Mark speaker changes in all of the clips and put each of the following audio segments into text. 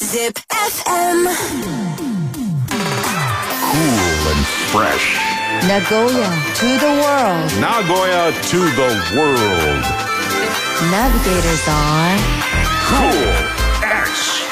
Speaker 1: Zip FM.
Speaker 2: cool and fresh.
Speaker 1: Nagoya to the world.
Speaker 2: Nagoya to the world.
Speaker 1: Navigators are
Speaker 2: Cool X.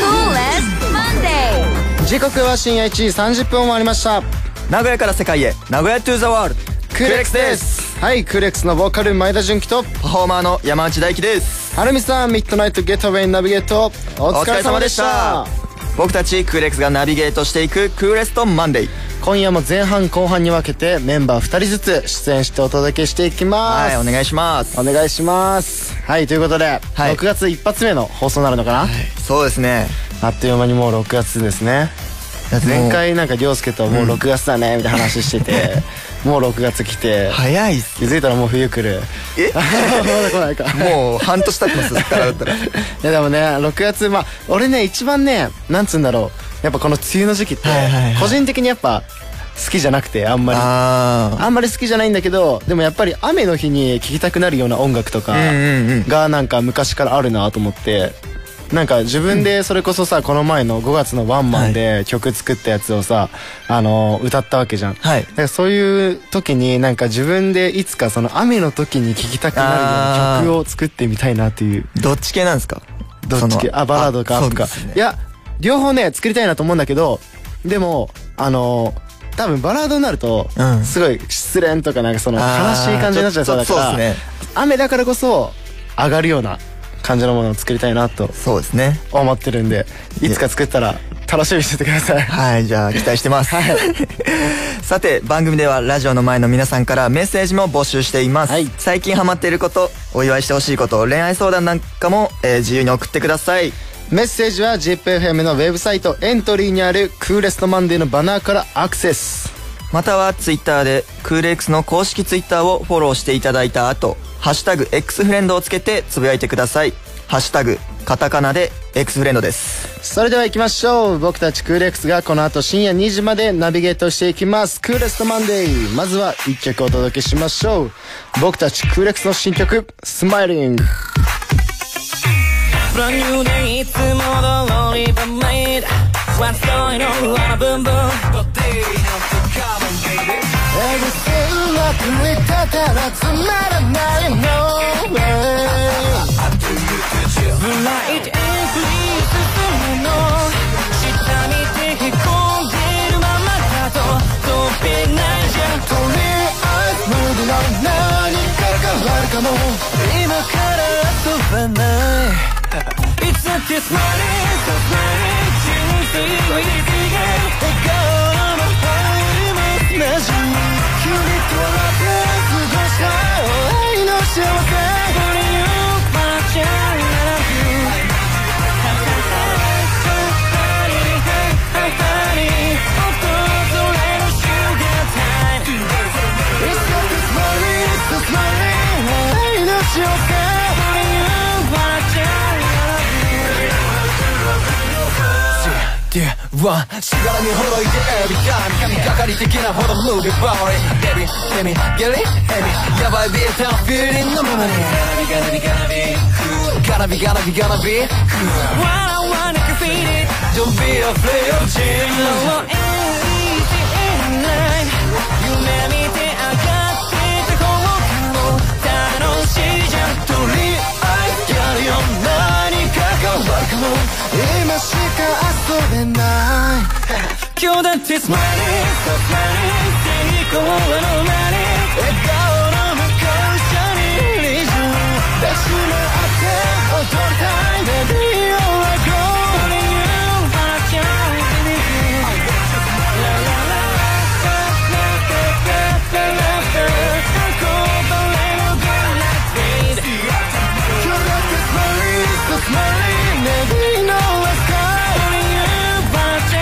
Speaker 1: cool as Monday.
Speaker 3: 時刻は深夜1時30分を回りました
Speaker 4: 名古屋から世界へ名古屋トゥーザワールド
Speaker 3: クーレックスですはいクーレックスのボーカル前田純喜と
Speaker 4: パフォーマーの山内大輝です
Speaker 3: はるみさんミッドナイトゲットウェイナビゲートお疲れ様でした
Speaker 4: お疲れ様でした僕たちクーレックスがナビゲートしていくクーレストマンデー
Speaker 3: 今夜も前半後半に分けてメンバー2人ずつ出演してお届けしていきま
Speaker 4: は
Speaker 3: す
Speaker 4: いお願いします
Speaker 3: お願いしますはいということで、
Speaker 4: はい
Speaker 3: 6月一発目の放送になるのかな、
Speaker 4: そうですね
Speaker 3: あっという間にもう6月ですね前回なんか涼介ともう6月だねみたいな話してて、 もう6月来て
Speaker 4: 早いっす
Speaker 3: 気づいたらもう冬来る
Speaker 4: え
Speaker 3: まだ来ないか
Speaker 4: もう半年経ってますそっ からだったら
Speaker 3: いやでもね6月まあ俺ね一番ねなんつうんだろうやっぱこの梅雨の時期って、
Speaker 4: はいはいはい
Speaker 3: 個人的にやっぱ好きじゃなくてあんまりあ
Speaker 4: あ
Speaker 3: んまり好きじゃないんだけどでもやっぱり雨の日に聴きたくなるような音楽とか
Speaker 4: うんうんうん
Speaker 3: がなんか昔からあるなと思ってなんか自分でそれこそさこの前の5月のワンマンで曲作ったやつをさあの歌ったわけじゃん、
Speaker 4: はい
Speaker 3: だからそういう時になんか自分でいつかその雨の時に聴きたくなるような曲を作ってみたいなっていう
Speaker 4: どっち系なんですか
Speaker 3: どっち系
Speaker 4: その
Speaker 3: あバラードかアップか、
Speaker 4: あそうですね
Speaker 3: いや両方ね作りたいなと思うんだけどでもあのー多分バラードになると、
Speaker 4: うん
Speaker 3: すごい失恋とかなんかその悲
Speaker 4: あー
Speaker 3: しい感じになっちゃいそうだか
Speaker 4: ちょ
Speaker 3: ら
Speaker 4: っとそうですね
Speaker 3: 雨だからこそ上がるような感じのものを作りたいなと
Speaker 4: そうですね
Speaker 3: 思ってるんでいつか作ったら楽しみにしててください
Speaker 4: はい、じゃあ期待してます。 さて、番組ではラジオの前の皆さんからメッセージも募集しています。
Speaker 3: はい
Speaker 4: 最近ハマっていること、お祝いしてほしいこと、恋愛相談なんかも、えー自由に送ってください。
Speaker 3: メッセージは JPFM のウェブサイトエントリーにあるクーレストマンデーのバナーからアクセス
Speaker 4: またはツイッターで、クール X の公式ツイッターをフォローしていただいた後、ハッシュタグ X フレンドをつけてつぶやいてください。ハッシュタグ、カタカナで X フレンドです。
Speaker 3: それでは行きましょう僕たちクール X がこの後深夜2時までナビゲートしていきますクーレストマンデーまずは1曲お届けしましょう僕たちクール X の新曲「スマイリング
Speaker 5: Brand new day いつも通り But made What's going on? What a boom boom
Speaker 3: は狂い立たらつまらないの
Speaker 5: Bright and free 進むの下見てへこんでるままだと飛べないじゃん
Speaker 3: とりあえず無理な何か変わるかも
Speaker 5: 今から遊ばない It's a t i s m o r n i n g This morning 人生は一元笑顔のハイマスなじみ
Speaker 3: 君とは過ごした愛の幸せ
Speaker 5: One. しがらみほどいて every time 神がかり的なほど move it body Baby, baby, get it? Baby やばい beat down feeling のままに Gonna be, gonna be, gonna be cool Gonna be, gonna be, gonna be cool What I wanna can feel it Don't be afraid of change No one ain't easy in line 夢見て上がってた効果も楽しいじゃんとりあえずやるよ何か変わるかも
Speaker 3: 今しか遊べない
Speaker 5: 今日だってスマイルスマイル成功はのまに笑顔の向こう下にリズム抱きしまって踊りたいレディオはゴールユーバーチャーにラララララララララララ憧れのゴールラッキー You're like a smiley, so smiley, never know what's going on. Watch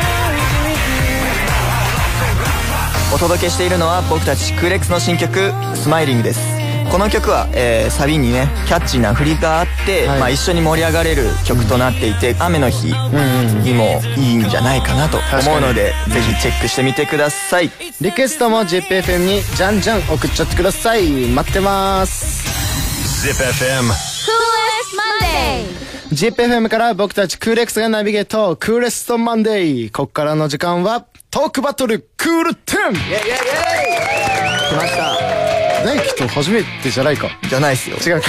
Speaker 5: out,
Speaker 4: お届けしているのは僕たちクーレックスの新曲、スマイリングです。この曲は、えーサビにね、キャッチーな振りがあって、
Speaker 3: はい
Speaker 4: まあ一緒に盛り上がれる曲となっていて、雨の日にもいいんじゃないかなと思うので、ぜひチェックしてみてください。
Speaker 3: リクエストも JPFM にじゃんじゃん送っちゃってください待ってます
Speaker 2: Zip FM
Speaker 1: Coolest Monday.
Speaker 3: GPFM から僕たちクーレックスがナビゲート、クーレストマンデー。こっからの時間は、トークバトル、クール10
Speaker 4: 来ました。
Speaker 3: 大輝と初めてじゃないか。
Speaker 4: じゃないっすよ。
Speaker 3: 違うか。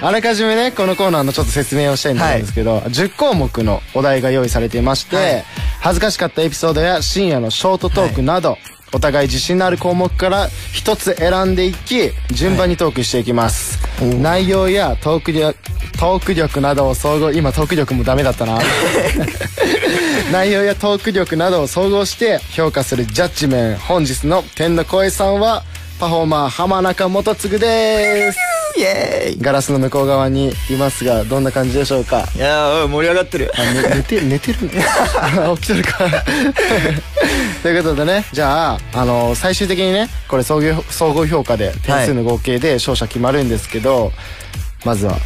Speaker 3: あらかじめね、このコーナーのちょっと説明をしたいんですけど、10項目のお題が用意されていまして、
Speaker 4: はい
Speaker 3: 恥ずかしかったエピソードや深夜のショートトークなど、お互い自信のある項目から一つ選んでいき、順番にトークしていきます。内容やトーク力、トーク力などを総合、今トーク力もダメだった な。内容やトーク力などを総合して評価するジャッジメン本日の天の声さんはパフォーマー浜中元次です
Speaker 4: イエーイ
Speaker 3: ガラスの向こう側にいますがどんな感じでしょうか
Speaker 4: いやー、盛り上がってる。
Speaker 3: あね寝て寝てるのあ 起きてるか ということでねじゃあ、あの最終的にねこれ総合総合評価で点数の合計で勝者決まるんですけど、まずは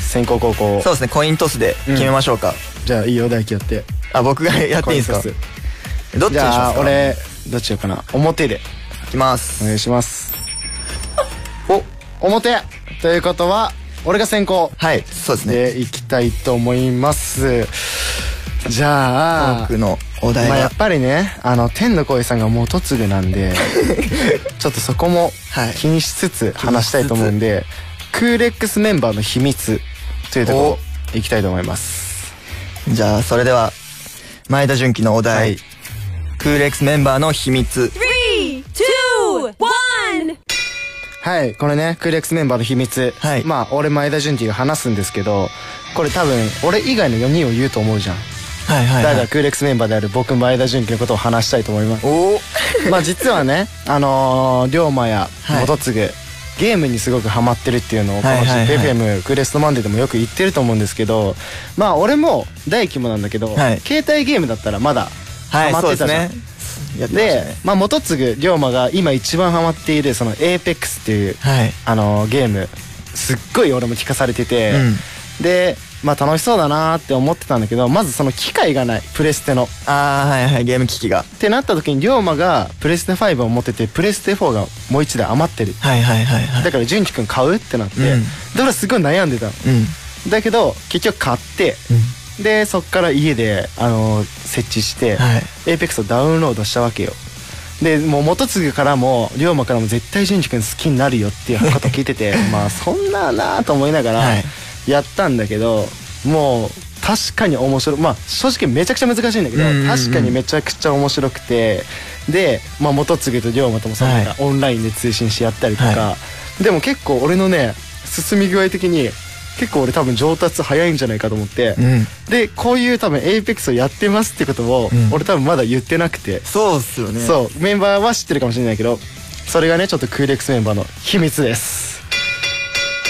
Speaker 3: 先行高校
Speaker 4: そうですね、コイントスで決めましょうか。
Speaker 3: じゃあいいよ大輝やって
Speaker 4: あ、僕がやっていいですか
Speaker 3: コイント
Speaker 4: どっちにし
Speaker 3: じ
Speaker 4: ま
Speaker 3: ゃ
Speaker 4: す
Speaker 3: あ
Speaker 4: か。
Speaker 3: 俺どっちようかな表で
Speaker 4: いきま
Speaker 3: お
Speaker 4: す。
Speaker 3: 願いしますお表ということは俺が先行
Speaker 4: はい、そうですね。
Speaker 3: でいきたいと思いますじゃあ
Speaker 4: 僕のお題
Speaker 3: まあや
Speaker 4: は
Speaker 3: っ、ぱりねあの天の声さんが元次なん でちょっとそこも
Speaker 4: はい
Speaker 3: 気にしつつ話したいと思うんで、クーレックスメンバーの秘密というところいきたいと思います
Speaker 4: じゃあ、それでは、前田純喜のお題、クーレックスメンバーの秘密。
Speaker 1: Three, two, one.
Speaker 3: はいこれねクーレックスメンバーの秘密、
Speaker 4: はい
Speaker 3: まあ俺前田純喜が話すんですけどこれ多分俺以外の4人を言うと思うじゃん
Speaker 4: はいは
Speaker 3: だからクーレックスメンバーである僕前田純喜のことを話したいと思います
Speaker 4: おお
Speaker 3: まあ実はねあのー龍馬や
Speaker 4: はい
Speaker 3: 元次、ゲームにすごくハマってるっていうのをこの
Speaker 4: はいはいはい
Speaker 3: GPFM クレストマンデーでもよく言ってると思うんですけどまあ俺も大輝もなんだけど、
Speaker 4: はい
Speaker 3: 携帯ゲームだったらまだ
Speaker 4: は
Speaker 3: ハ
Speaker 4: い、
Speaker 3: マっ
Speaker 4: そう
Speaker 3: てた
Speaker 4: です
Speaker 3: じゃん、
Speaker 4: ね。やってました
Speaker 3: で
Speaker 4: ね。、
Speaker 3: まあ、元次龍馬が今一番ハマっているその APEX っていう、
Speaker 4: はい
Speaker 3: あのーゲームすっごい俺も聞かされてて、で、まあ、楽しそうだなーって思ってたんだけどまずその機会がないプレステの。
Speaker 4: あー、はいはい、ゲーム機器が。
Speaker 3: ってなった時に龍馬がプレステ5を持っててプレステ4がもう一台余ってる
Speaker 4: はいはいはいはい。
Speaker 3: だから純喜くん買うってなって、
Speaker 4: うん
Speaker 3: だからすごい悩んでたの
Speaker 4: うん。
Speaker 3: だけど結局買って、でそっから家で、あのー設置して、
Speaker 4: はい
Speaker 3: APEX をダウンロードしたわけよでもう元次からも龍馬からも絶対純喜くん好きになるよっていうこと聞いて てまあそんななあと思いながら
Speaker 4: はい
Speaker 3: やったんだけど、もう確かに面白いまあ正直めちゃくちゃ難しいんだけど、
Speaker 4: うんうんうん
Speaker 3: 確かにめちゃくちゃ面白くてで、まあ、元次と龍馬ともその
Speaker 4: はい
Speaker 3: オンラインで通信し合ったりとか、
Speaker 4: は
Speaker 3: でも結構俺のね進み具合的に結構俺多分上達早いんじゃないかと思って、
Speaker 4: うん
Speaker 3: でこういう多分 APEX をやってますってことを、
Speaker 4: ん
Speaker 3: 俺多分まだ言ってなくて、
Speaker 4: そうっすよね。う。
Speaker 3: そうメンバーは知ってるかもしれないけどそれがねちょっとクーレックスメンバーの秘密です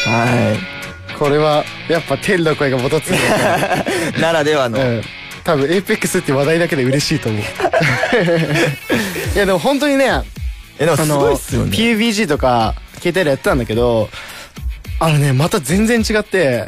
Speaker 4: は
Speaker 3: これはやっぱ天の声が元次だ から
Speaker 4: い。ならではの。
Speaker 3: うん多分 APEX って話題だけで嬉しいと思う いやでも本当にねあ
Speaker 4: え、でもすごい
Speaker 3: の
Speaker 4: っすよね。
Speaker 3: PUBG とか携帯でやってたんだけどあのねまた全然違って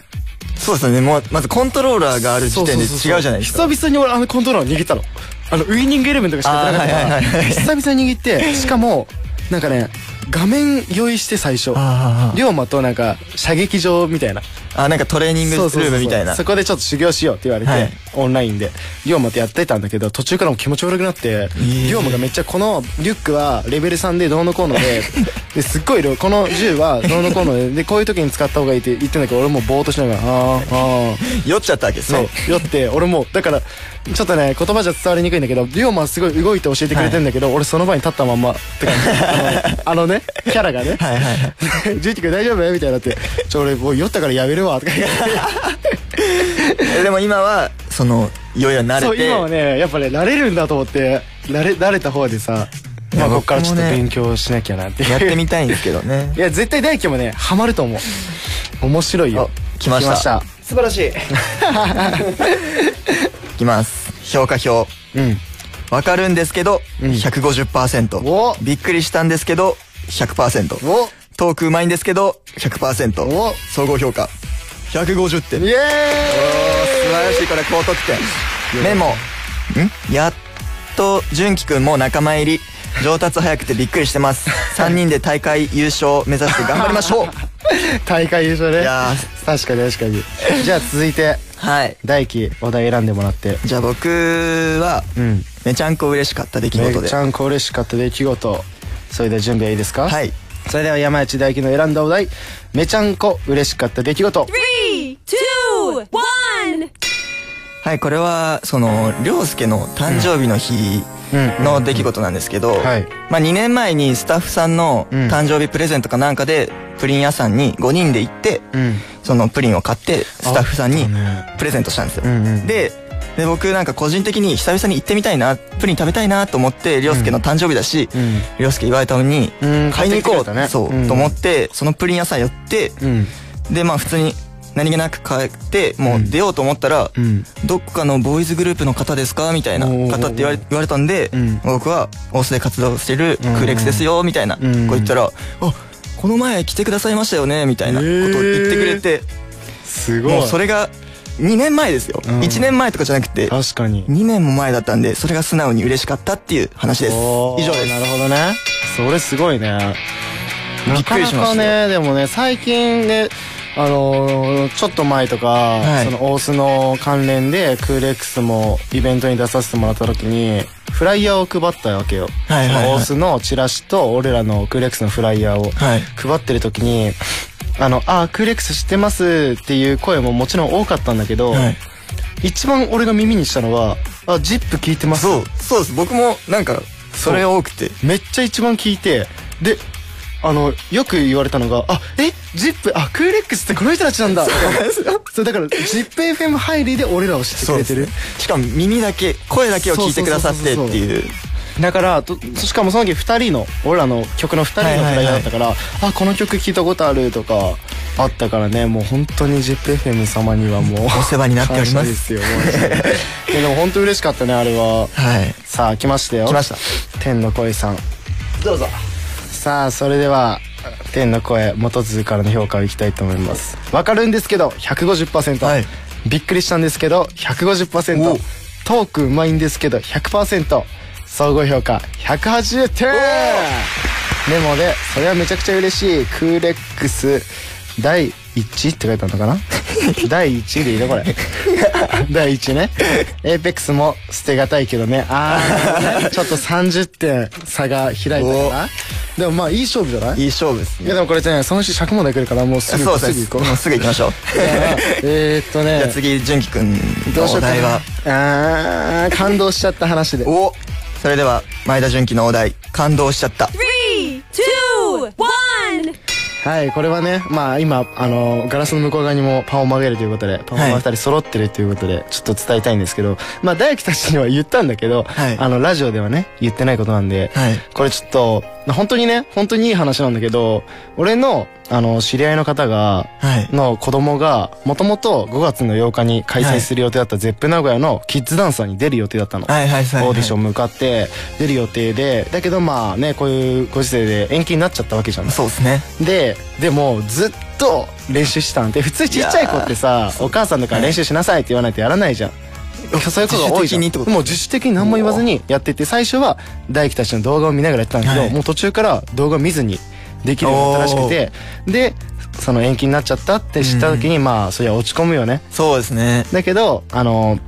Speaker 4: そうですよね。もう、まずコントローラーがある時点で違うじゃないですか。
Speaker 3: そうそうそう久々に俺あのコントローラー握ったのあのウイニングエレメントがしかやってなかったか
Speaker 4: あーはいはい
Speaker 3: ら
Speaker 4: はいはい
Speaker 3: 久々に握ってしかもなんかね画面用意して最初
Speaker 4: あー
Speaker 3: 龍馬となんか射撃場みたいな
Speaker 4: あ、なんかトレーニングル
Speaker 3: そうそうそう
Speaker 4: ームみたいな。
Speaker 3: そこでちょっと修行しようって言われて、
Speaker 4: はい
Speaker 3: オンラインで龍馬とやってたんだけど途中からもう気持ち悪くなって、
Speaker 4: ー
Speaker 3: 龍馬がめっちゃこのリュックはレベル3でどうのこうのでですっごい色この銃はどうのこうのででこういう時に使った方がいいって言ってんだけど俺もうぼーっとしながらあーあー
Speaker 4: 酔っちゃったわけです
Speaker 3: そう
Speaker 4: ね。
Speaker 3: 酔って俺もうだからちょっとね言葉じゃ伝わりにくいんだけど龍馬はすごい動いて教えてくれてんだけど、俺その場に立ったまんまって感じあのあのねキャラがね
Speaker 4: はいはいはい。
Speaker 3: 「純喜君大丈夫?」みたいになって「ちょ俺もう酔ったからやめるわ」とか言って
Speaker 4: えでも今は、その、酔いは慣
Speaker 3: そう
Speaker 4: れて。
Speaker 3: 今はねやっぱね慣れるんだと思って慣れ慣れた方でさ
Speaker 4: い
Speaker 3: ま
Speaker 4: や
Speaker 3: あこっからちょっと
Speaker 4: 僕もね
Speaker 3: 勉強しなきゃなっていう
Speaker 4: やってみたいんですけどね
Speaker 3: い。や絶対大輝もねハマると思う面白いよ
Speaker 4: あ来ました
Speaker 3: 素晴らしい
Speaker 4: いきます。評価表。
Speaker 3: うん
Speaker 4: わかるんですけど、150%。
Speaker 3: お
Speaker 4: びっくりしたんですけど、100%。
Speaker 3: お
Speaker 4: トークうまいんですけど、100%。
Speaker 3: お
Speaker 4: 総合評価。150点。
Speaker 3: イエ
Speaker 4: おー素晴らしいこれ高得点メモんやっと純喜くんも仲間入り上達早くてびっくりしてます3 人で大会優勝目指して頑張りましょう
Speaker 3: 大会優勝ね
Speaker 4: いや
Speaker 3: 確かに確かにじゃあ続いて
Speaker 4: はい
Speaker 3: 大輝お題選んでもらって
Speaker 4: じゃあ僕は、
Speaker 3: ん
Speaker 4: めちゃんこ嬉しかった出来
Speaker 3: め
Speaker 4: 事
Speaker 3: っ
Speaker 4: で
Speaker 3: ちゃんこ嬉しかった出来事それでは準備はいいですか
Speaker 4: はい
Speaker 3: それでは山内大輝の選んだお題めちゃんこ嬉しかった出来事
Speaker 1: Three, two, one.
Speaker 4: はいこれはその涼介の誕生日の日の出来事なんですけど、
Speaker 3: はい
Speaker 4: まあ、2年前にスタッフさんの
Speaker 3: うん
Speaker 4: 誕生日プレゼントかなんかでプリン屋さんに5人で行って、
Speaker 3: うん
Speaker 4: そのプリンを買ってスタッフさん
Speaker 3: あ
Speaker 4: に
Speaker 3: ったね
Speaker 4: プレゼントしたんですよ、
Speaker 3: うんうん
Speaker 4: でで僕なんか個人的に久々に行ってみたいなプリン食べたいなと思って涼介の誕生日だし
Speaker 3: うん
Speaker 4: 涼介、言われたのに
Speaker 3: うん
Speaker 4: 買いに行こう、
Speaker 3: 買ってきてくれたね
Speaker 4: そう、
Speaker 3: うん
Speaker 4: と思ってそのプリン屋さん寄って、
Speaker 3: うん
Speaker 4: でまあ普通に何気なく帰ってもう出ようと思ったら、
Speaker 3: うん
Speaker 4: どっかのボーイズグループの方ですかみたいな
Speaker 3: おー
Speaker 4: 方って言われ言われたんで、
Speaker 3: うん
Speaker 4: 僕は大須で活動してるクーレックスですよみたいな、
Speaker 3: ん
Speaker 4: こう言ったら「あこの前来てくださいましたよね」みたいなことを言ってくれて、
Speaker 3: す
Speaker 4: もうそれが2年前ですよ、
Speaker 3: ん
Speaker 4: 1年前とかじゃなくて
Speaker 3: 確かに
Speaker 4: 2年も前だったんでそれが素直に嬉しかったっていう話です
Speaker 3: おー
Speaker 4: 以上です
Speaker 3: なるほどねそれすごいね
Speaker 4: びっくりしま
Speaker 3: なかなか
Speaker 4: したよ
Speaker 3: ねでもね最近ねあのーちょっと前とか、
Speaker 4: い
Speaker 3: その大須の関連でクール X もイベントに出させてもらった時にフライヤーを配ったわけよ、
Speaker 4: はいはいはい
Speaker 3: その大須のチラシと俺らのクール X のフライヤーを
Speaker 4: はい
Speaker 3: 配ってる時に「あのあークール X 知ってます」っていう声ももちろん多かったんだけど、
Speaker 4: はい
Speaker 3: 一番俺が耳にしたのは「あ ZIP 聞いてます」
Speaker 4: そうそうです僕もなんかそれ多くて
Speaker 3: めっちゃ一番聞いてであのよく言われたのが「あえジップあクーレックスってこの人たちなんだ」そうだから ZIPFM 入りで俺らを知ってくれてる
Speaker 4: しかも耳だけ声だけを聞いてくださってっていう
Speaker 3: だからとしかもその時2人の俺らの曲の2人のフライヤーだったから「あこの曲聞いたことある」とかあったからねもう本当に ZIPFM 様にはもう
Speaker 4: お世話になっております
Speaker 3: 感謝ですよマジでいやでも本当嬉しかったねあれ は
Speaker 4: はい
Speaker 3: さあ来ましたよ
Speaker 4: 来ました
Speaker 3: 天の声さん
Speaker 4: どうぞ
Speaker 3: さあそれでは天の声元通からの評価をいきたいと思いますわかるんですけど150%、
Speaker 4: はい
Speaker 3: びっくりしたんですけど150%
Speaker 4: お
Speaker 3: トークうまいんですけど100%総合評価180点メモでそれはめちゃくちゃ嬉しいクーレックス第1って書いてあるの かな第1でいいのこれ 第1ねエーペックスも捨てがたいけどねああ、 ちょっと30点差が開いたかなでもまあいい勝負じゃない
Speaker 4: いい勝負です
Speaker 3: いやでもこれじゃないそのうち尺もできるからもうすぐ
Speaker 4: そうです
Speaker 3: す
Speaker 4: ね
Speaker 3: ぐ行こう
Speaker 4: もうすぐ行きましょう
Speaker 3: えーっとね
Speaker 4: じゃあ次純喜くん
Speaker 3: ど
Speaker 4: の
Speaker 3: うしよ
Speaker 4: お
Speaker 3: うか
Speaker 4: 題は
Speaker 3: なあー感動しちゃった話で
Speaker 4: おそれでは前田純喜のお題感動しちゃった
Speaker 1: Three, two, one.
Speaker 3: はいこれはねまあ今あのガラスの向こう側にもパンを曲げるということでパン
Speaker 4: は
Speaker 3: が
Speaker 4: い
Speaker 3: 2人揃ってるということでちょっと伝えたいんですけどまあ大輝たちには言ったんだけど、
Speaker 4: はい
Speaker 3: あのラジオではね言ってないことなんで、
Speaker 4: はい
Speaker 3: これちょっと本当にね本当にいい話なんだけど俺のあの知り合いの方が
Speaker 4: はい
Speaker 3: の子供がもともと5月の8日に開催する予定だったゼップ名古屋のキッズダンサーに出る予定だったの、
Speaker 4: はいはいはいはい
Speaker 3: オーディション向かって出る予定でだけどまあねこういうご時世で延期になっちゃったわけじゃない
Speaker 4: そうですね
Speaker 3: ででもずっと練習してたんで普通ちっちゃい子ってさお母さんだから練習しなさいって言わないとやらないじゃん、そういう子が多いじゃん
Speaker 4: 自主的にってこと
Speaker 3: もう自主的に何も言わずにやってて最初は大輝たちの動画を見ながらやってたんだけど、
Speaker 4: はい
Speaker 3: もう途中から動画見ずにできるようになったらしくてでその延期になっちゃったって知った時に、まあそりゃ落ち込むよね
Speaker 4: そうですね
Speaker 3: だけどあの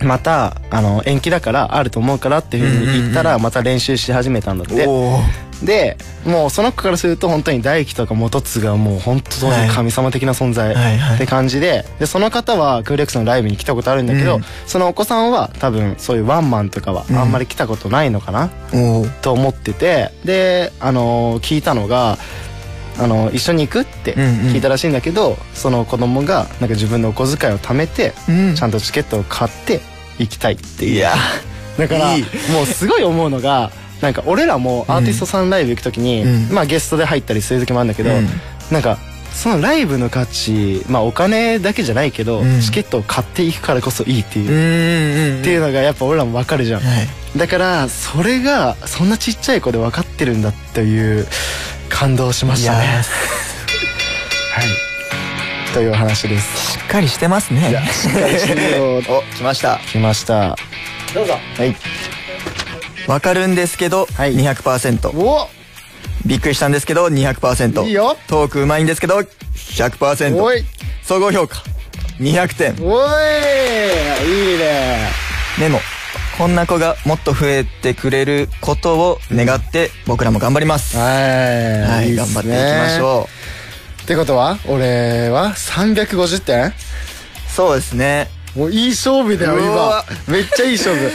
Speaker 3: またあの延期だからあると思うからっていうふうに言ったらまた練習し始めたんだって、
Speaker 4: おー
Speaker 3: でもうその子からすると本当に大輝とか元津がもう本当に神様的な存在
Speaker 4: はいはい
Speaker 3: って感じででその方はクーレックスのライブに来たことあるんだけど、
Speaker 4: うん
Speaker 3: そのお子さんは多分そういうワンマンとかはあんまり来たことないのかな、
Speaker 4: おー
Speaker 3: と思っててで、あの聞いたのが、あの一緒に行く?」って
Speaker 4: うんうん
Speaker 3: 聞いたらしいんだけど、その子供がなんか自分のお小遣いを貯めて、
Speaker 4: うん
Speaker 3: ちゃんとチケットを買って行きたいっていう
Speaker 4: いや
Speaker 3: だから
Speaker 4: いい
Speaker 3: もうすごい思うのがなんか俺らもアーティストさんライブ行く時に、
Speaker 4: うん
Speaker 3: まあゲストで入ったりする時もあるんだけど、
Speaker 4: うん
Speaker 3: なんかそのライブの価値まあお金だけじゃないけど、
Speaker 4: うん
Speaker 3: チケットを買っていくからこそいいっていう
Speaker 4: う、ーん
Speaker 3: っていうのがやっぱ俺らも分かるじゃん、
Speaker 4: はい
Speaker 3: だからそれがそんなちっちゃい子で分かってるんだっていう感動しま
Speaker 4: い
Speaker 3: した
Speaker 4: や
Speaker 3: ね
Speaker 4: ー
Speaker 3: はいというお話 です
Speaker 4: しっかりしてますね
Speaker 3: しっかりしてるよ
Speaker 4: お来ました
Speaker 3: 来ましたどうぞはい
Speaker 4: わかるんですけど、
Speaker 3: はい
Speaker 4: 200%
Speaker 3: お
Speaker 4: びっくりしたんですけど200%
Speaker 3: いいよ
Speaker 4: トークうまいんですけど100%
Speaker 3: おい
Speaker 4: 総合評価200点
Speaker 3: おいいいね
Speaker 4: でもこんな子がもっと増えてくれることを願って僕らも頑張りますは
Speaker 3: はい
Speaker 4: い頑張っていきまし
Speaker 3: う
Speaker 4: ょ
Speaker 3: ってことは俺は350点
Speaker 4: うそうですね
Speaker 3: もういい勝負だよ
Speaker 4: う
Speaker 3: 今
Speaker 4: わ
Speaker 3: めっちゃいい勝負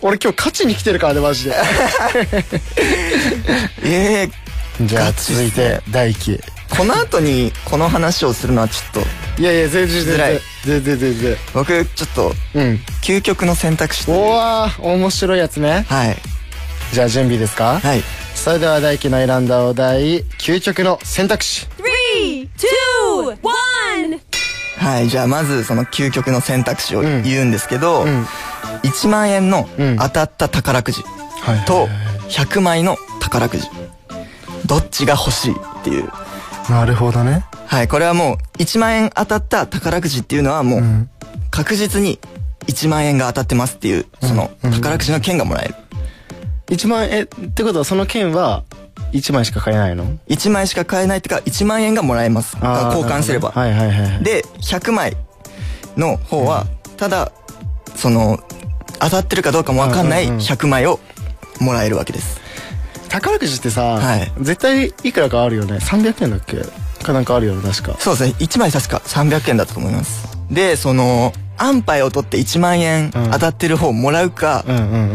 Speaker 3: 俺今日勝ちに来てるからねマジ で
Speaker 4: ええ
Speaker 3: じゃあ
Speaker 4: ガチっす
Speaker 3: 続
Speaker 4: ね
Speaker 3: いて大輝
Speaker 4: この後にこの話をするのはちょっと
Speaker 3: いやいや全然全
Speaker 4: 辛い
Speaker 3: 然全然全然
Speaker 4: 僕ちょっと
Speaker 3: うん
Speaker 4: 究極の選択肢という
Speaker 3: おわー面白いやつね
Speaker 4: はい
Speaker 3: じゃあ準備ですか
Speaker 4: はい
Speaker 3: それでは大輝の選んだお題究極の選択肢
Speaker 1: Three, two, one.
Speaker 4: はいじゃあまずその究極の選択肢を
Speaker 3: ん
Speaker 4: 言うんですけど、
Speaker 3: ん
Speaker 4: 1万円の
Speaker 3: うん
Speaker 4: 当たった宝くじ
Speaker 3: はい
Speaker 4: と100枚の宝くじどっちが欲しいっていう
Speaker 3: なるほどね
Speaker 4: はいこれはもう1万円当たった宝くじっていうのはもう確実に1万円が当たってますっていうその宝くじの券がもらえる
Speaker 3: 1万円ってことはその券は1枚しか買えないの
Speaker 4: 1枚しか買えないとか1万円がもらえます
Speaker 3: ー
Speaker 4: 交換すれば
Speaker 3: なるほどねはいはいはい
Speaker 4: で100枚の方はただその当たってるかどうかもわかんない
Speaker 3: うんうんうん
Speaker 4: 100枚をもらえるわけです
Speaker 3: 宝くじってさ、
Speaker 4: はい
Speaker 3: 絶対いくらかあるよね300円だっけかなんかあるよね確か
Speaker 4: そうですね1枚確か300円だったと思いますでその安牌を取って1万円
Speaker 3: うん
Speaker 4: 当たってる方もらうか、
Speaker 3: うんうんうん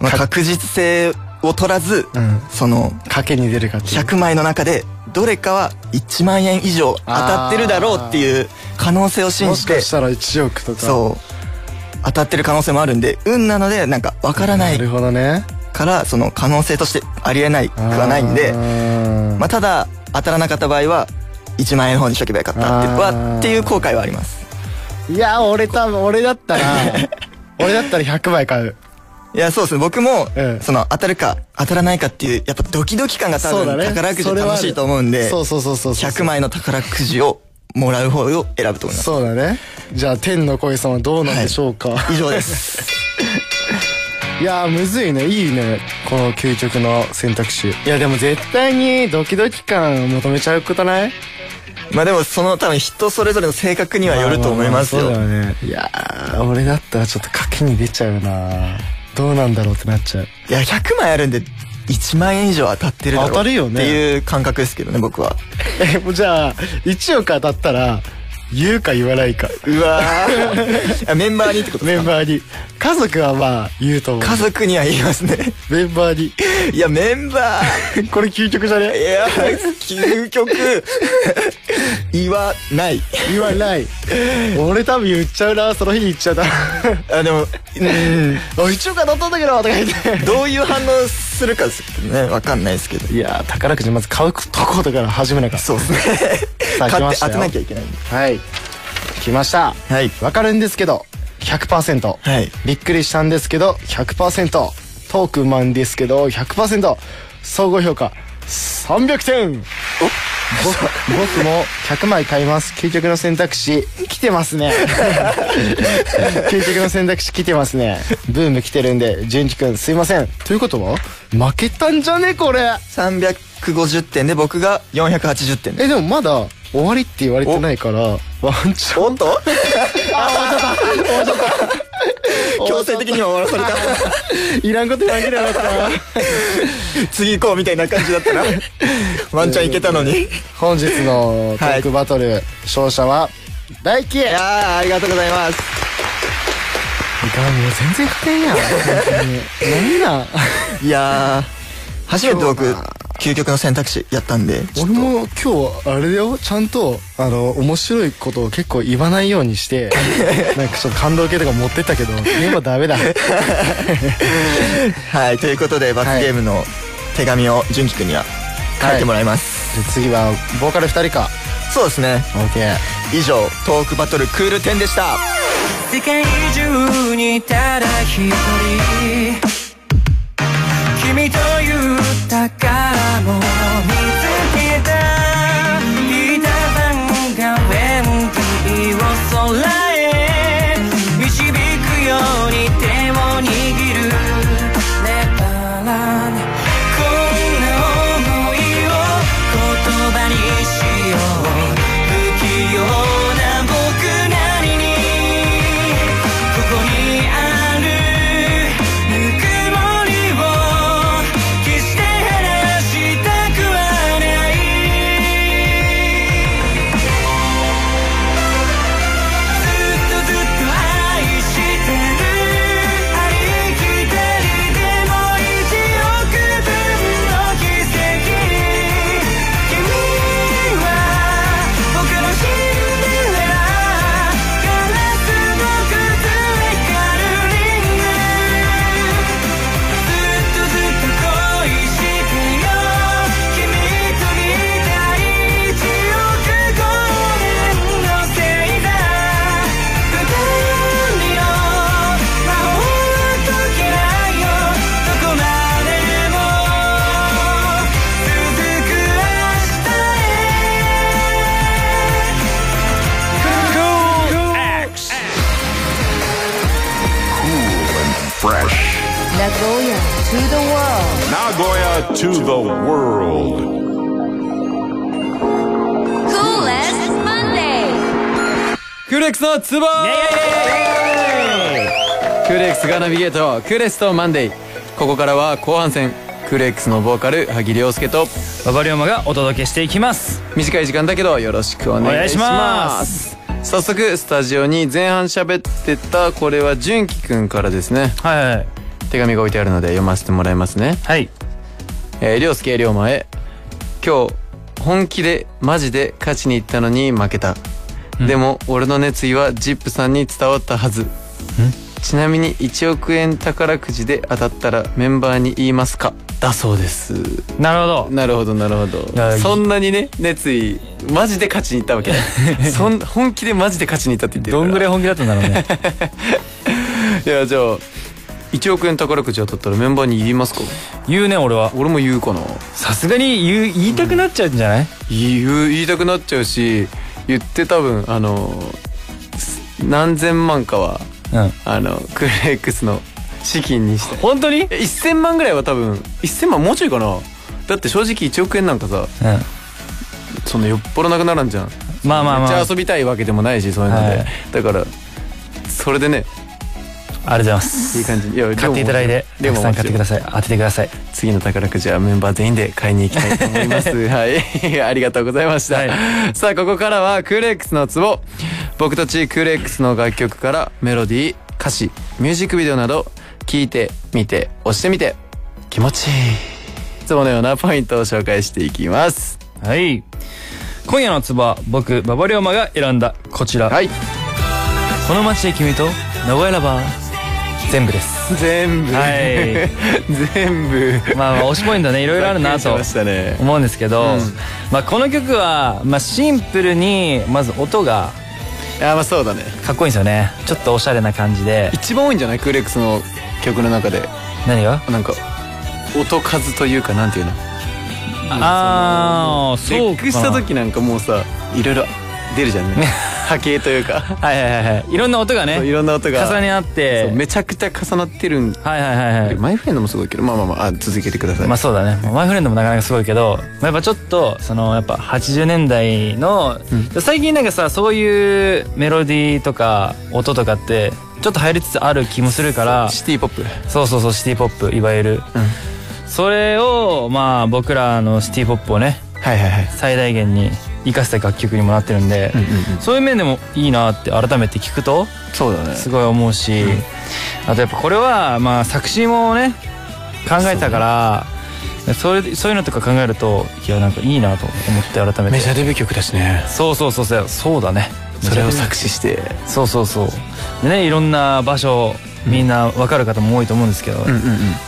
Speaker 4: まあ、確実性を取らず、
Speaker 3: ん
Speaker 4: その
Speaker 3: 賭けに出るかっていう
Speaker 4: 100枚の中でどれかは1万円以上当たってるだろうっていう可能性を信
Speaker 3: も
Speaker 4: じ
Speaker 3: してかしたら1億とか
Speaker 4: そう当たってる可能性もあるんで運なのでなんかわからない
Speaker 3: なるほどね
Speaker 4: からその可能性としてありえないくはないんで
Speaker 3: あー
Speaker 4: まあ、ただ当たらなかった場合は1万円の方にしとけばよかったって
Speaker 3: あー
Speaker 4: はっていう後悔はあります
Speaker 3: いや俺多分俺だ ったら俺だったら100枚買う
Speaker 4: いやそうですね僕も、
Speaker 3: うん
Speaker 4: その当たるか当たらないかっていうやっぱドキドキ感が多
Speaker 3: そうだ
Speaker 4: 分
Speaker 3: ね
Speaker 4: 宝くじ
Speaker 3: それはあ
Speaker 4: 楽
Speaker 3: る
Speaker 4: しいと思うんで
Speaker 3: そうそうそうそうそう
Speaker 4: 100枚の宝くじをもらう方を選ぶと思います
Speaker 3: そうだねじゃあ天の声様どうなんでしょうか、
Speaker 4: 以上です
Speaker 3: い、やーむずいねいいねこの究極の選択肢いやでも絶対にドキドキ感を求めちゃうことない
Speaker 4: まあでもその多分人それぞれの性格にはよると思いますよ、
Speaker 3: ああああそうだよねいやー俺だったらちょっと賭けに出ちゃうなどうなんだろうってなっちゃう
Speaker 4: いや100枚あるんで1万円以上当たってるだろう
Speaker 3: 当たるよね
Speaker 4: っていう感覚ですけどね僕は
Speaker 3: えもうじゃあ1億当たったら言うか言わないか
Speaker 4: うわーあメンバーにってことで
Speaker 3: メ
Speaker 4: すか
Speaker 3: ンバーに家族はまあ言うと思
Speaker 4: 家族には言いますね
Speaker 3: うメンバーに
Speaker 4: いやメンバー
Speaker 3: これ究極じゃ
Speaker 4: い
Speaker 3: ね
Speaker 4: や究極言わない
Speaker 3: 言わない俺多分言っちゃうなその日に言っち ゃうな
Speaker 4: あでもう
Speaker 3: あ
Speaker 4: ん
Speaker 3: 1億当たったんだけどとか言って
Speaker 4: どういう反応するかですけどねわかんないですけど
Speaker 3: いやー宝くじまず買うとことから始めなきゃ
Speaker 4: そうですね
Speaker 3: さあ来
Speaker 4: 買っ
Speaker 3: ま
Speaker 4: て
Speaker 3: した
Speaker 4: 当
Speaker 3: よ
Speaker 4: てなきゃいけないんで
Speaker 3: はい来ました
Speaker 4: はい
Speaker 3: わかるんですけど100%、
Speaker 4: はい
Speaker 3: びっくりしたんですけど100%トークマンですけど100%総合評価300点僕僕も100枚買います究極の選択肢来てます ね究極の選択肢来てますねブーム来てるんで純喜くんすいませんということは負けたんじゃねこれ
Speaker 4: 350点で僕が480点で
Speaker 3: えでもまだ終わりって言われてないからワンチャン
Speaker 4: おっとあ終わっちゃった強制的には終わらされた
Speaker 3: いらんこと言わなければよかった な
Speaker 4: 次行こうみたいな感じだったなワンチャンいけたのにい
Speaker 3: 本日のトークバトル、勝者は大輝いや
Speaker 4: やーありがとうございます
Speaker 3: もう全然勝てんやん何 なん
Speaker 4: いやー初めて僕究極の選択肢やったんで
Speaker 3: 俺も今日はあれだよちゃんとあの面白いことを結構言わないようにして なんかちょっと感動系とか持ってったけど今ダメだ
Speaker 4: はいということで罰ゲームの手紙を純喜くんには書いてもらいます、
Speaker 3: で次はボーカル2人か
Speaker 4: そうですね
Speaker 3: OK
Speaker 4: 以上トークバトルクール10でした
Speaker 5: 世界中にただ一人君という宝物を見つけたいた番がレンティを空へ導くように手を握るねばらねこんな想い
Speaker 2: fresh.
Speaker 6: Nagoya to the world.
Speaker 2: Nagoya to the world.
Speaker 6: Cool as Monday.
Speaker 7: クーレックスのツボクーレックスがナビゲートクーレストマンデーここからは後半戦クーレックスのボーカル萩亮介と
Speaker 8: 馬場龍馬がお届けしていきます
Speaker 7: 短い時間だけどよろしくお願いします早速スタジオに前半喋ってたこれは純喜くんからですね
Speaker 8: はいはい
Speaker 7: 手紙が置いてあるので読ませてもらいますね
Speaker 8: はい
Speaker 7: えー、凌介龍馬へ今日本気でマジで勝ちに行ったのに負けた、でも俺の熱意はジップさんに伝わったはずちなみに1億円宝くじで当たったらメンバーに言いますかだそうです
Speaker 8: なるほど
Speaker 7: なるほどなるほ
Speaker 8: あ
Speaker 7: ど
Speaker 8: いい
Speaker 7: そんなにね熱意マジで勝ちに行ったわけねそん本気でマジで勝ちに行ったって言ってるか
Speaker 8: ど
Speaker 7: ら
Speaker 8: んぐらい本気だったんだろう ね
Speaker 7: いやじゃあ1億円宝くじ当たったらメンバーに言いますか
Speaker 8: 言うね俺は
Speaker 7: 俺も言うかな
Speaker 8: さすがに言う言いたくなっちゃうんじゃない
Speaker 7: 言う言いたくなっちゃうし言って多分あのす何千万かは
Speaker 8: うん
Speaker 7: あのクレックスの資金にして
Speaker 8: 本当にうん
Speaker 7: え1000万ぐらいは多分1000万もうちょいかなだって正直1億円なんかさそんなよっぽどなくならんじゃん
Speaker 8: まあまあ
Speaker 7: めっち
Speaker 8: ま
Speaker 7: ゃ
Speaker 8: あ
Speaker 7: 遊びたいわけでもないしそういうので、
Speaker 8: はい
Speaker 7: だからそれでね
Speaker 8: ありがとうございます
Speaker 7: いい感じいや
Speaker 8: 買っていただいて
Speaker 7: で
Speaker 8: たく
Speaker 7: も
Speaker 8: さん買ってくだ
Speaker 7: さい
Speaker 8: さい当ててください
Speaker 7: 次の宝くじはメンバー全員で買いに行きたいと思います はいありがとうございました、
Speaker 8: は
Speaker 7: さあここからはクーレックスのツボ僕たちクーレックスの楽曲からメロディー歌詞ミュージックビデオなど聴いてみて押してみて気持ちいいいつものようなポイントを紹介していきます
Speaker 8: はい今夜のツボは僕馬場龍馬が選んだこちら、
Speaker 7: はい
Speaker 8: この街で君と名古屋ラバー全 部です
Speaker 7: 全部、
Speaker 8: はい
Speaker 7: 全部
Speaker 8: まあまあ推しポイントねいろいろあ るな
Speaker 7: ざっくりして
Speaker 8: と
Speaker 7: ましたね
Speaker 8: 思うんですけど、まあ、この曲は、まあ、シンプルにまず音が
Speaker 7: あまあそうだね
Speaker 8: かっこいいんですよねちょっとおしゃれな感じで
Speaker 7: 一番多いんじゃないクーレックスの曲の中で
Speaker 8: 何が
Speaker 7: なんか音数というかなんていうの
Speaker 8: ああ
Speaker 7: チ
Speaker 8: そ
Speaker 7: ェ
Speaker 8: う
Speaker 7: ッ
Speaker 8: か
Speaker 7: クした時なんかもうさいろいろ出るじゃ んね波形というか
Speaker 8: はいはいはいはいいろんな音がね
Speaker 7: そういろんな音が
Speaker 8: 重ね合っ
Speaker 7: そう
Speaker 8: て
Speaker 7: めちゃくちゃ重なってるん
Speaker 8: はいはいはいは
Speaker 7: マイフレンドもすごいけどまあまあまああ続けてくださ
Speaker 8: い
Speaker 7: い、
Speaker 8: まあそうだねマイフレンドもなかなかすごいけど、まあ、やっぱちょっとそのやっぱ80年代の、最近なんかさそういうメロディーとか音とかってちょっと入りつつある気もするから
Speaker 7: シティポップ
Speaker 8: そうそうそうシティポップいわゆる、それをまあ僕らのシティポップをね
Speaker 7: はいはいはい
Speaker 8: 最大限に活かした楽曲にもなってるんで、そういう面でもいいなって改めて聞くと
Speaker 7: そうだね
Speaker 8: すごい思うし、あとやっぱこれはまあ作詞もね考えたからそれそういうのとか考えるといやなんかいいなと思って改めて
Speaker 7: メジャーデビュー曲だしね
Speaker 8: そうそうそうそうそうだね
Speaker 7: それを作詞して
Speaker 8: そうそうそうでねいろんな場所みんな分かる方も多いと思うんですけど、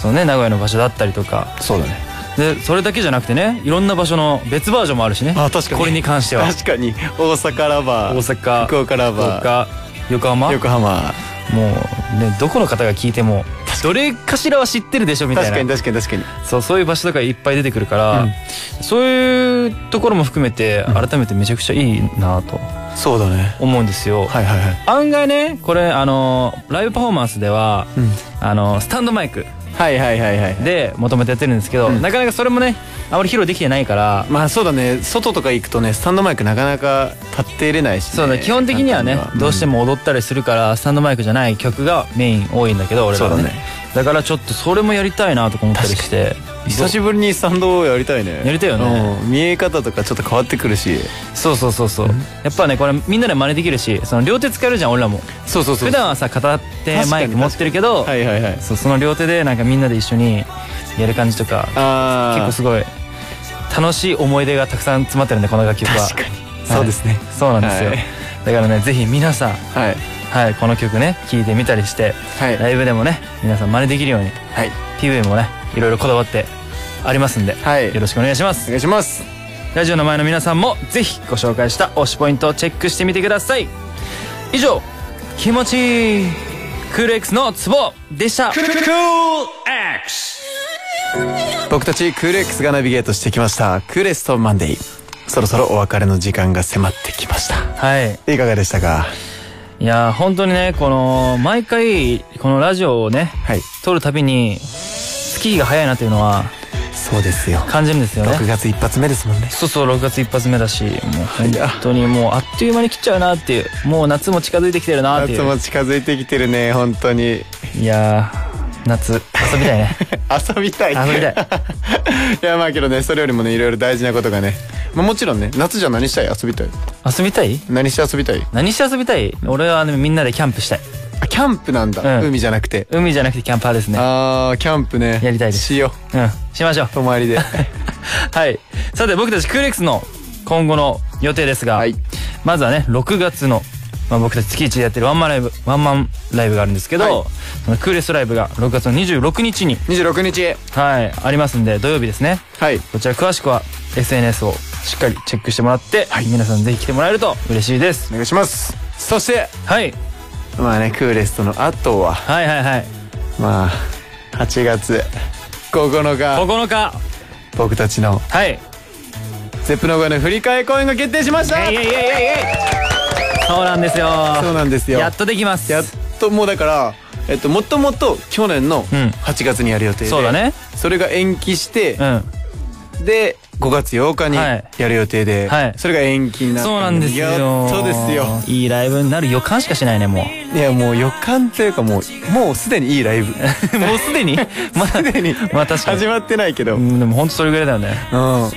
Speaker 8: そのね名古屋の場所だったりとか
Speaker 7: そうだね
Speaker 8: でそれだけじゃなくてねいろんな場所の別バージョンもあるしね
Speaker 7: あ確かに
Speaker 8: これに関しては
Speaker 7: 確かに大阪ラバー
Speaker 8: 大阪
Speaker 7: 福岡ラバー
Speaker 8: 福岡横浜
Speaker 7: 横浜
Speaker 8: もうねどこの方が聞いてもどれかしらは知ってるでしょみたい
Speaker 7: 確
Speaker 8: な
Speaker 7: かに確かに確かに
Speaker 8: そうそういう場所とかいっぱい出てくるから、そういうところも含めて改めてめちゃくちゃいいなと
Speaker 7: そうだね
Speaker 8: 思うんですよ、
Speaker 7: はいはいはい
Speaker 8: 案外ねこれあのライブパフォーマンスでは、
Speaker 7: ん
Speaker 8: あのスタンドマイク
Speaker 7: はいはいはいはい
Speaker 8: でまとめてやってるんですけど、なかなかそれもねあまり披露できてないから、
Speaker 7: まあそうだね外とか行くとねスタンドマイクなかなか立っていれないし、ね、
Speaker 8: そうだ基本的にはね
Speaker 7: 簡単
Speaker 8: どうしても踊ったりするからスタンドマイクじゃない曲がメイン多いんだけど俺らは
Speaker 7: そう
Speaker 8: ね
Speaker 7: だ
Speaker 8: だ
Speaker 7: ね
Speaker 8: からちょっとそれもやりたいなとか思ったりして
Speaker 7: 久しぶりにスタンドをやりたいね
Speaker 8: やりたいよね、
Speaker 7: うん見え方とかちょっと変わってくるし
Speaker 8: そうそうそうそうやっぱねこれみんなで真似できるしその両手使えるじゃん俺らも
Speaker 7: そうそう
Speaker 8: 普段はさ片手マイク持ってるけど、
Speaker 7: はいはいはい
Speaker 8: そうその両手でなんかみんなで一緒にやる感じとか
Speaker 7: あ
Speaker 8: 結
Speaker 7: あ
Speaker 8: 構すごい楽しい思い出がたくさん詰まってるんでこの楽曲は
Speaker 7: 確かにそうですね
Speaker 8: そうなんですよ、
Speaker 7: はい
Speaker 8: だからねぜひ皆さん
Speaker 7: はい
Speaker 8: はい、この曲ね聴いてみたりして、
Speaker 7: はい
Speaker 8: ライブでもね皆さん真似できるように
Speaker 7: はい
Speaker 8: PV もねいろいろこだわってありますんで、
Speaker 7: はい
Speaker 8: よろしくお願いしま
Speaker 7: お
Speaker 8: す
Speaker 7: 願いします
Speaker 8: ラジオの前の皆さんもぜひご紹介した推しポイントをチェックしてみてください以上気持ちいいクール X のツボでした
Speaker 2: Cool X.
Speaker 7: 僕たちクール X がナビゲートしてきましたクーレストマンデーそろそろお別れの時間が迫ってきました
Speaker 8: はい
Speaker 7: いかがでしたか
Speaker 8: いいやー本当にねこの毎回このラジオをね、
Speaker 7: はい
Speaker 8: 撮るたびに月日が早いなっていうのは
Speaker 7: そうですよ
Speaker 8: 感じるんですよね
Speaker 7: 6月一発目ですもんね
Speaker 8: そうそう6月一発目だしもう本当にもうあっという間に来ちゃうなっていうもう夏も近づいてきてるなってい
Speaker 7: 夏
Speaker 8: う
Speaker 7: も近づいてきてるね本当に
Speaker 8: いやー夏遊びたいね
Speaker 7: 遊びたい
Speaker 8: 遊びたい
Speaker 7: いやまあけどねそれよりもねいろいろ大事なことがね、まあ、もちろんね夏じゃ何したい遊びたい
Speaker 8: 遊びたい
Speaker 7: 何して遊びたい
Speaker 8: 何して遊びたい俺は、ね、みんなでキャンプしたい
Speaker 7: あキャンプなんだ、
Speaker 8: うん
Speaker 7: 海じゃなくて
Speaker 8: 海じゃなくてキャンパーですね
Speaker 7: あーキャンプね
Speaker 8: やりたいです
Speaker 7: しよ
Speaker 8: うんしましょう
Speaker 7: う 泊まりで
Speaker 8: はい。さて僕たちクーレックスの今後の予定ですが、
Speaker 7: はい
Speaker 8: まずはね、6月の、まあ、僕たち月一でやってるワンマンライブ、ワンマンライブがあるんですけど、
Speaker 7: はい
Speaker 8: そのクーレスライブが6月の26日に、
Speaker 7: 26日
Speaker 8: はい、ありますんで、土曜日ですね。
Speaker 7: はい
Speaker 8: こちら詳しくは SNS をしっかりチェックしてもらって、皆さんぜひ来てもらえると嬉しいです
Speaker 7: お。願いしますそして
Speaker 8: はい。
Speaker 7: まあねクーレストの後は
Speaker 8: はいはいはい。
Speaker 7: まあ8月9日
Speaker 8: 9日。
Speaker 7: 僕たちの
Speaker 8: はい。
Speaker 7: ゼップの後の振り替え公演が決定しました
Speaker 8: いえいえいえいえいえそうなんですよ。
Speaker 7: そうなんですよ
Speaker 8: やっとできます。
Speaker 7: やっともうだからえっともともと去年の
Speaker 8: ん
Speaker 7: 8月にやる予定で、
Speaker 8: そうだね。
Speaker 7: それが延期して
Speaker 8: う、ん。
Speaker 7: で5月8日に
Speaker 8: はい
Speaker 7: やる予定で、
Speaker 8: はい
Speaker 7: それが延期になった
Speaker 8: そうなんですよ。
Speaker 7: やっとですよ
Speaker 8: いいライブになる予感しかしないね、もう。
Speaker 7: いやもう予感というかもうもうすでにいいライ ブ
Speaker 8: もうすでに まだ、
Speaker 7: すでに
Speaker 8: まあ確かに
Speaker 7: 始。まってないけど、
Speaker 8: う
Speaker 7: うん
Speaker 8: んでも本当それぐらいだよね。
Speaker 7: も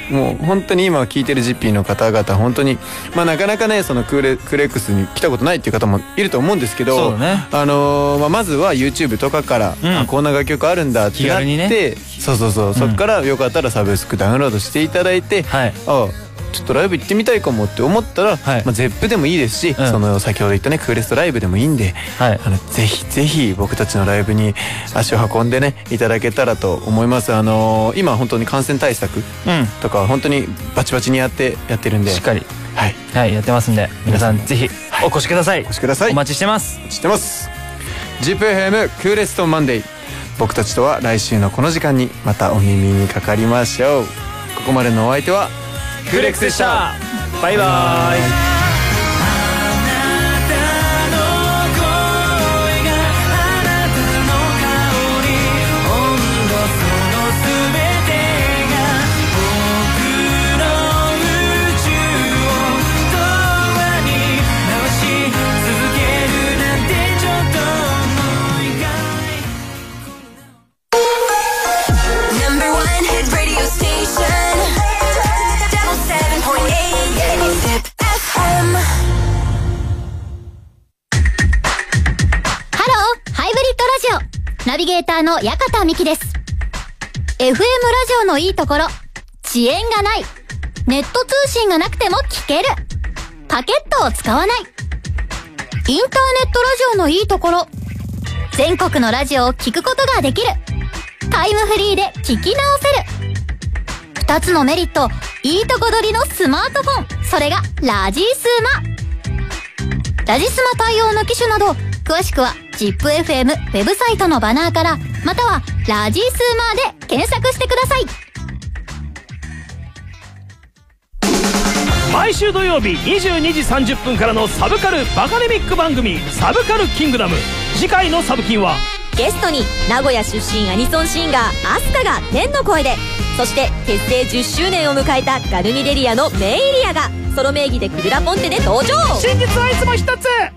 Speaker 7: う本当に今聞いてるジッピーの方々本当にまあなかなかねそのクーレクーレックスに来たことないっていう方もいると思うんですけど
Speaker 8: そうだね
Speaker 7: あのーまあ、まずは YouTube とかから、
Speaker 8: うん
Speaker 7: あこんな楽曲あるんだって
Speaker 8: 気
Speaker 7: なっ
Speaker 8: 軽
Speaker 7: て、
Speaker 8: にね
Speaker 7: そうそうそう、そっからよかったらサブスクダウンロードしていただいて、
Speaker 8: はい
Speaker 7: あちょっとライブ行ってみたいかもって思ったら、
Speaker 8: はい
Speaker 7: まあ、ゼップでもいいですし、
Speaker 8: ん
Speaker 7: その先ほど言ったねクーレストライブでもいいんで、
Speaker 8: はい
Speaker 7: あのぜひぜひ僕たちのライブに足を運んでねいただけたらと思いますあのー今本当に感染対策
Speaker 8: うん
Speaker 7: とか本当にバチバチにやってやってるんで
Speaker 8: しっかり。
Speaker 7: はい
Speaker 8: はい、やってますんで、皆さんぜひお越しください。お
Speaker 7: お越しください
Speaker 8: お待ちしてます。
Speaker 7: 知ってますジップ FM クーレストマンデー僕たちとは来週のこの時間にまたお耳にかかりましょうここまでのお相手はクーレックスでした。
Speaker 8: バイバーイ。
Speaker 6: Number one hit radio station. Double seven point eight. Zip FM.
Speaker 9: Hello! ハイブリッドラジオナビゲーターの館た美希です。FM ラジオのいいところ、遅延がない。ネット通信がなくても聞ける。パケットを使わない。インターネットラジオのいいところ、全国のラジオを聞くことができる。タイムフリーで聞き直せる。二つのメリット、いいとこ取りのスマートフォン。それがラジスマ。ラジスマ対応の機種など、詳しくは ZIPFM ウェブサイトのバナーから、またはラジスマで検索してください。
Speaker 10: 毎週土曜日22時30分からのサブカルバカデミック番組「サブカルキングダム」次回の「サブキン」は
Speaker 6: ゲストに名古屋出身アニソンシンガーアスカが天の声でそして結成10周年を迎えたガルミレリアのメイリアがソロ名義でクルラポンテで登場
Speaker 10: 真実はいつも一つ